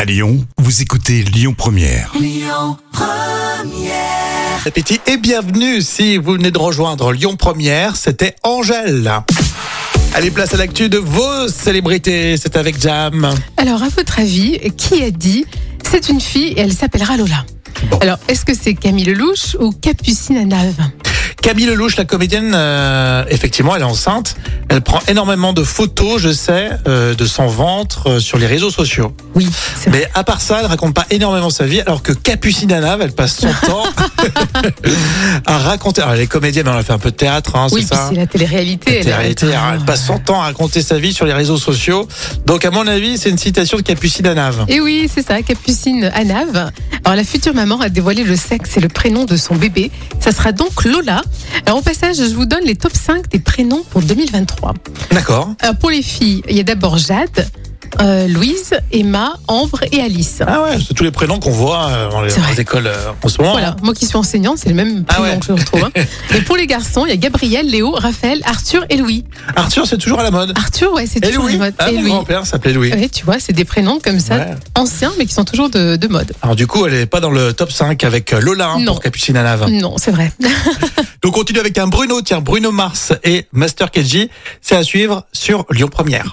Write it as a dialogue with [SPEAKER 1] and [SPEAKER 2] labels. [SPEAKER 1] À Lyon, vous écoutez Lyon Première.
[SPEAKER 2] Appétit et bienvenue si vous venez de rejoindre Lyon Première, c'était Angèle. Allez, place à l'actu de vos célébrités, c'est avec Jam.
[SPEAKER 3] Alors, à votre avis, qui a dit c'est une fille et elle s'appellera Lola
[SPEAKER 2] Bon.
[SPEAKER 3] Alors, est-ce que c'est Camille Lelouch ou Capucine Anave
[SPEAKER 2] Camille Lelouch, la comédienne, euh, effectivement, elle est enceinte. Elle prend énormément de photos, je sais, euh, de son ventre euh, sur les réseaux sociaux.
[SPEAKER 3] Oui, c'est vrai.
[SPEAKER 2] Mais à part ça, elle raconte pas énormément sa vie, alors que Capucine Anave, elle passe son temps à raconter. Alors, elle est comédienne, elle a fait un peu de théâtre, hein,
[SPEAKER 3] oui,
[SPEAKER 2] c'est
[SPEAKER 3] puis
[SPEAKER 2] ça
[SPEAKER 3] c'est la télé-réalité. elle-
[SPEAKER 2] En réalité, elle passe son temps à raconter sa vie sur les réseaux sociaux. Donc, à mon avis, c'est une citation de Capucine Anave.
[SPEAKER 3] Et oui, c'est ça, Capucine Anave. Alors, la future maman a dévoilé le sexe et le prénom de son bébé. Ça sera donc Lola. Alors, au passage, je vous donne les top 5 des prénoms pour 2023.
[SPEAKER 2] D'accord.
[SPEAKER 3] Alors, pour les filles, il y a d'abord Jade, euh, Louise, Emma, Ambre et Alice.
[SPEAKER 2] Ah ouais, c'est tous les prénoms qu'on voit euh, dans les,
[SPEAKER 3] C'est
[SPEAKER 2] dans les
[SPEAKER 3] vrai.
[SPEAKER 2] écoles euh, en ce moment.
[SPEAKER 3] Voilà, moi qui suis enseignante, c'est le même
[SPEAKER 2] Ah
[SPEAKER 3] prénom
[SPEAKER 2] ouais.
[SPEAKER 3] que je retrouve. hein. Et pour les garçons, il y a Gabriel, Léo, Raphaël, Arthur et Louis.
[SPEAKER 2] Arthur, c'est toujours à la mode.
[SPEAKER 3] Arthur, ouais, Ah, c'est
[SPEAKER 2] Et
[SPEAKER 3] toujours
[SPEAKER 2] Louis.
[SPEAKER 3] de mode.
[SPEAKER 2] Ah,
[SPEAKER 3] et
[SPEAKER 2] mon
[SPEAKER 3] Louis.
[SPEAKER 2] grand-père s'appelait Louis.
[SPEAKER 3] Ouais, tu vois, c'est des prénoms comme ça,
[SPEAKER 2] Ouais.
[SPEAKER 3] anciens, mais qui sont toujours de, de mode.
[SPEAKER 2] Alors du coup, elle est pas dans le top 5 avec euh, Lola hein,
[SPEAKER 3] Non. Mm.
[SPEAKER 2] pour Capucine Anave.
[SPEAKER 3] Non, c'est vrai.
[SPEAKER 2] Donc on continue avec un Bruno, tiens, Bruno Mars et Master KG. C'est à suivre sur Lyon Première.